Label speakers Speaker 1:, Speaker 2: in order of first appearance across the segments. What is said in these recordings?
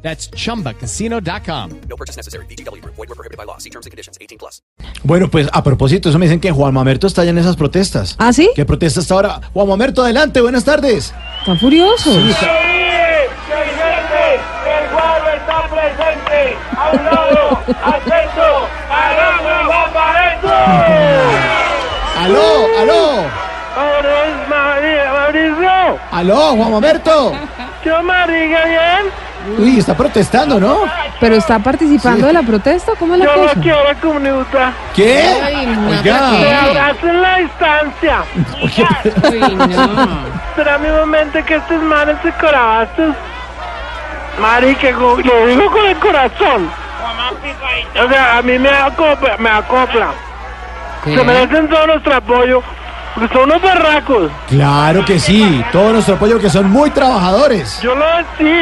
Speaker 1: That's chumbacasino.com.
Speaker 2: No purchase necessary. BGW. Void were prohibited by law. See terms and conditions. 18 plus.
Speaker 3: Bueno, pues a propósito, eso me dicen que Juan Mamerto está allá en esas protestas.
Speaker 4: ¿Ah, sí?
Speaker 3: ¿Qué protesta hasta ahora? Juan Mamerto, adelante, buenas tardes.
Speaker 4: ¿Están furiosos?
Speaker 5: Presidente, el guaro está presente, a un lado, atento, paramos y bombardeando.
Speaker 3: Aló, aló,
Speaker 5: Ahora María, Mauricio,
Speaker 3: aló, Juan Mamerto.
Speaker 5: ¿qué marica bien?
Speaker 3: Uy, está protestando, ¿no?
Speaker 4: ¿Pero está participando de la protesta? ¿Cómo es la
Speaker 5: Yo lo
Speaker 4: cosa?
Speaker 5: quiero comunicar,
Speaker 3: ¿Qué?
Speaker 4: no,
Speaker 5: que
Speaker 3: Oiga,
Speaker 5: abracen la distancia. Espera mi momento que estos manes se corabastos. Marica, co- lo digo con el corazón. O sea, a mí me acopla. Me acopla. Se merecen todo nuestro apoyo. Porque son unos barracos.
Speaker 3: claro que sí, todo nuestro apoyo que son muy trabajadores,
Speaker 5: Yo lo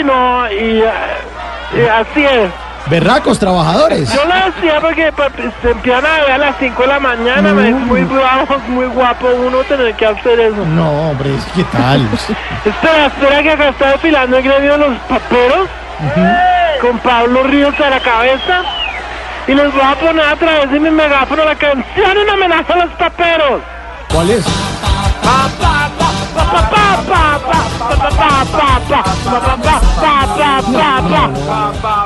Speaker 5: no y, eh, y así es.
Speaker 3: berracos trabajadores.
Speaker 5: Yo lo hacía porque pa- se empiezan a ver a las 5 de la mañana, me es muy bravo, muy guapo uno tener que hacer eso.
Speaker 3: No, hombre, es que ¿qué tal?
Speaker 5: Espera, espera que acá está desfilando el gremio de los paperos con Pablo Ríos a la cabeza y les voy a poner a través de mi megáfono la canción en homenaje a los paperos.
Speaker 3: ¿Cuál es?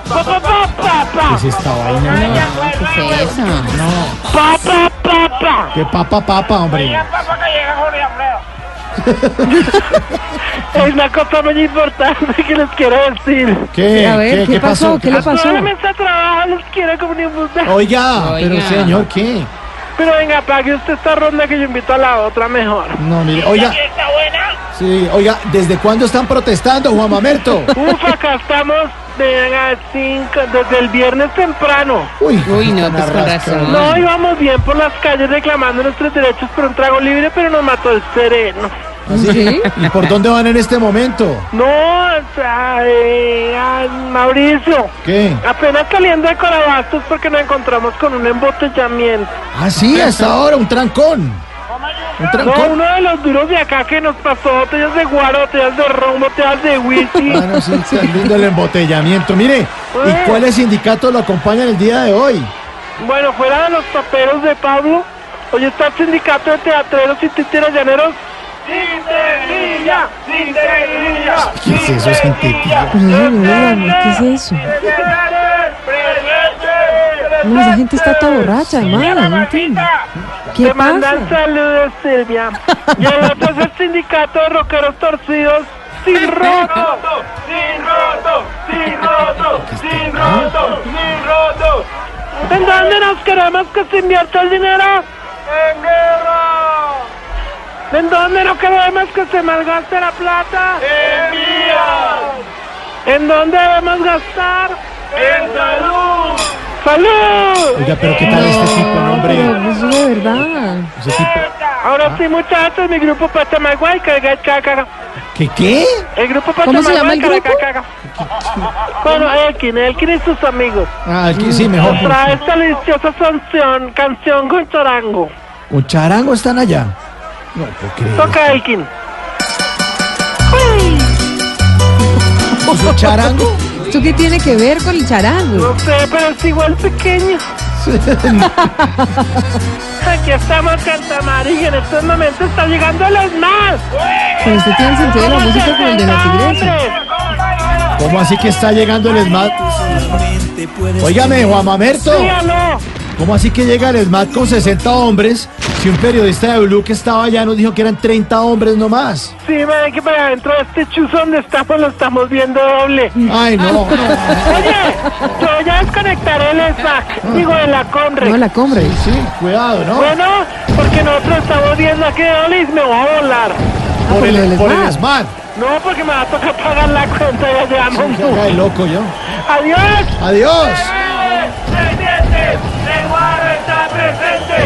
Speaker 3: ¿Qué es esta vaina? ¿Qué papa, papa, hombre?
Speaker 5: Es una cosa muy importante que les quiero decir.
Speaker 3: ¿Qué?
Speaker 4: A ver, ¿qué, pasó? ¿Qué le pasó?
Speaker 5: Solamente a trabajo les quiero comunicar.
Speaker 3: Oh. Oiga, pero señor, ¿qué?
Speaker 5: Pero venga, pague usted esta ronda que yo invito a la otra mejor.
Speaker 3: No, mire, oiga.
Speaker 5: ¿Está buena?
Speaker 3: Sí, oiga, ¿desde cuándo están protestando, Juan Mamerto?
Speaker 5: Ufa, acá estamos venga, cinco, desde el viernes temprano.
Speaker 3: Uy,
Speaker 6: no,
Speaker 3: están
Speaker 6: pues, con
Speaker 3: arrastrando.
Speaker 6: razón.
Speaker 5: No íbamos bien por las calles reclamando nuestros derechos por un trago libre, pero nos mató el sereno.
Speaker 3: Así,
Speaker 4: Sí.
Speaker 3: ¿Y por dónde van en este momento?
Speaker 5: No, o sea, eh, ay, Mauricio.
Speaker 3: ¿Qué?
Speaker 5: Apenas saliendo de Corabastos porque nos encontramos con un embotellamiento.
Speaker 3: Ah,
Speaker 6: Pues
Speaker 3: sí, hasta ahora, un trancón. Un
Speaker 5: No,
Speaker 3: trancón.
Speaker 5: uno de los duros de acá que nos pasó botellas de guaro, botellas de ron, botellas de whisky.
Speaker 3: Bueno, sí, está lindo el embotellamiento. Mire,
Speaker 6: Pues.
Speaker 3: ¿y cuáles sindicatos lo acompañan el día de hoy?
Speaker 5: bueno, fuera de los paperos de Pablo, hoy está el sindicato de teatreros y títeres llaneros. ¡Cinterilla! ¡Cinterilla!
Speaker 3: ¿Qué es eso, cinterilla?
Speaker 4: Claro, vean, ¿qué es eso? No, esa gente está toda borracha, además, no entiendo. ¿Qué
Speaker 5: Te mandan
Speaker 4: pasa?
Speaker 5: saludos, Silvia. Y el otro es el sindicato de rockeros torcidos. Sin roto, sin roto, sin roto, sin roto, sin roto. ¿En dónde nos queremos que se invierta el dinero? En guerra. ¿En dónde no queremos que se malgaste la plata? En vías. ¿En dónde debemos gastar? En salud. ¡Salud!
Speaker 3: Oiga, pero ¿qué tal este tipo, no,
Speaker 4: Pero
Speaker 3: hombre?
Speaker 4: eso de verdad.
Speaker 3: Ese tipo-
Speaker 5: Ahora sí, muchachos, mi grupo Patamaguay, caga, caga.
Speaker 3: ¿Qué qué?
Speaker 5: El grupo
Speaker 4: ¿Cómo se llama el
Speaker 5: Patamaguay,
Speaker 4: grupo?
Speaker 5: caga, caga. Bueno, Elkin, Elkin y sus amigos.
Speaker 3: Ah, aquí
Speaker 6: Mm,
Speaker 3: sí, mejor.
Speaker 5: Nos trae esta deliciosa canción, canción con charango.
Speaker 3: ¿Con charango están allá? No, puedo creer.
Speaker 5: Toca Elkin.
Speaker 3: ¿Es un charango?
Speaker 4: ¿Esto qué tiene que ver con el charango?
Speaker 5: No sé, pero es igual pequeño. Aquí estamos, Cantamari, y en estos momentos está llegando el SMAS.
Speaker 4: Pero Pues, usted tiene el sentido de la música con el de la tigresa.
Speaker 3: ¿Cómo así que está llegando el ESMAD? Óigame, Juan Mamerto.
Speaker 5: Dígalo.
Speaker 3: ¿Cómo así que llega el SMAT con 60 hombres? Si un periodista de Blue que estaba allá nos dijo que eran 30 hombres nomás.
Speaker 5: Sí, man, que para adentro de este chuzo donde estamos lo estamos viendo doble.
Speaker 3: Ay, no.
Speaker 5: Oye, yo ya desconectaré el SMAC, digo de la Conre.
Speaker 4: No, la compra.
Speaker 3: Sí, sí, cuidado, ¿no?
Speaker 5: Bueno, porque nosotros estamos viendo aquí de Olis, me voy a volar.
Speaker 3: Por
Speaker 4: por
Speaker 3: el,
Speaker 4: el
Speaker 3: por
Speaker 4: ESMAD.
Speaker 3: el SMAT.
Speaker 5: No, porque me va a tocar pagar la cuenta y ya llevamos
Speaker 3: Se haga de loco yo.
Speaker 5: ¡Adiós!
Speaker 3: Adiós.
Speaker 5: ¡Presidente! ¡El guarro